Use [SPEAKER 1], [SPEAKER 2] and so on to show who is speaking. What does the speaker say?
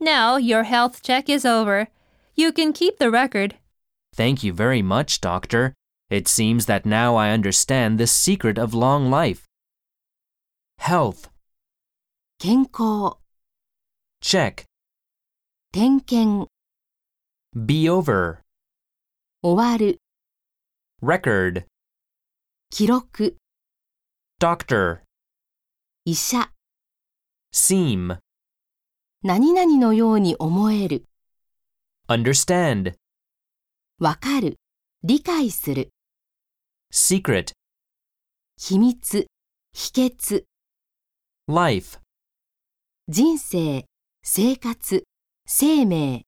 [SPEAKER 1] Now your health check is over. You can keep the record.
[SPEAKER 2] Thank you very much, Doctor. It seems that now I understand the secret of long life. Health,
[SPEAKER 3] 健康、
[SPEAKER 2] check,
[SPEAKER 3] 点検、
[SPEAKER 2] be over,
[SPEAKER 3] 終わる、
[SPEAKER 2] record,
[SPEAKER 3] 記録、
[SPEAKER 2] doctor,
[SPEAKER 3] 医者、
[SPEAKER 2] seem,
[SPEAKER 3] 何々のように思える、
[SPEAKER 2] understand,
[SPEAKER 3] わかる、理解する、
[SPEAKER 2] secret,
[SPEAKER 3] 秘密、秘訣、
[SPEAKER 2] life.
[SPEAKER 3] 人生、生活、生命。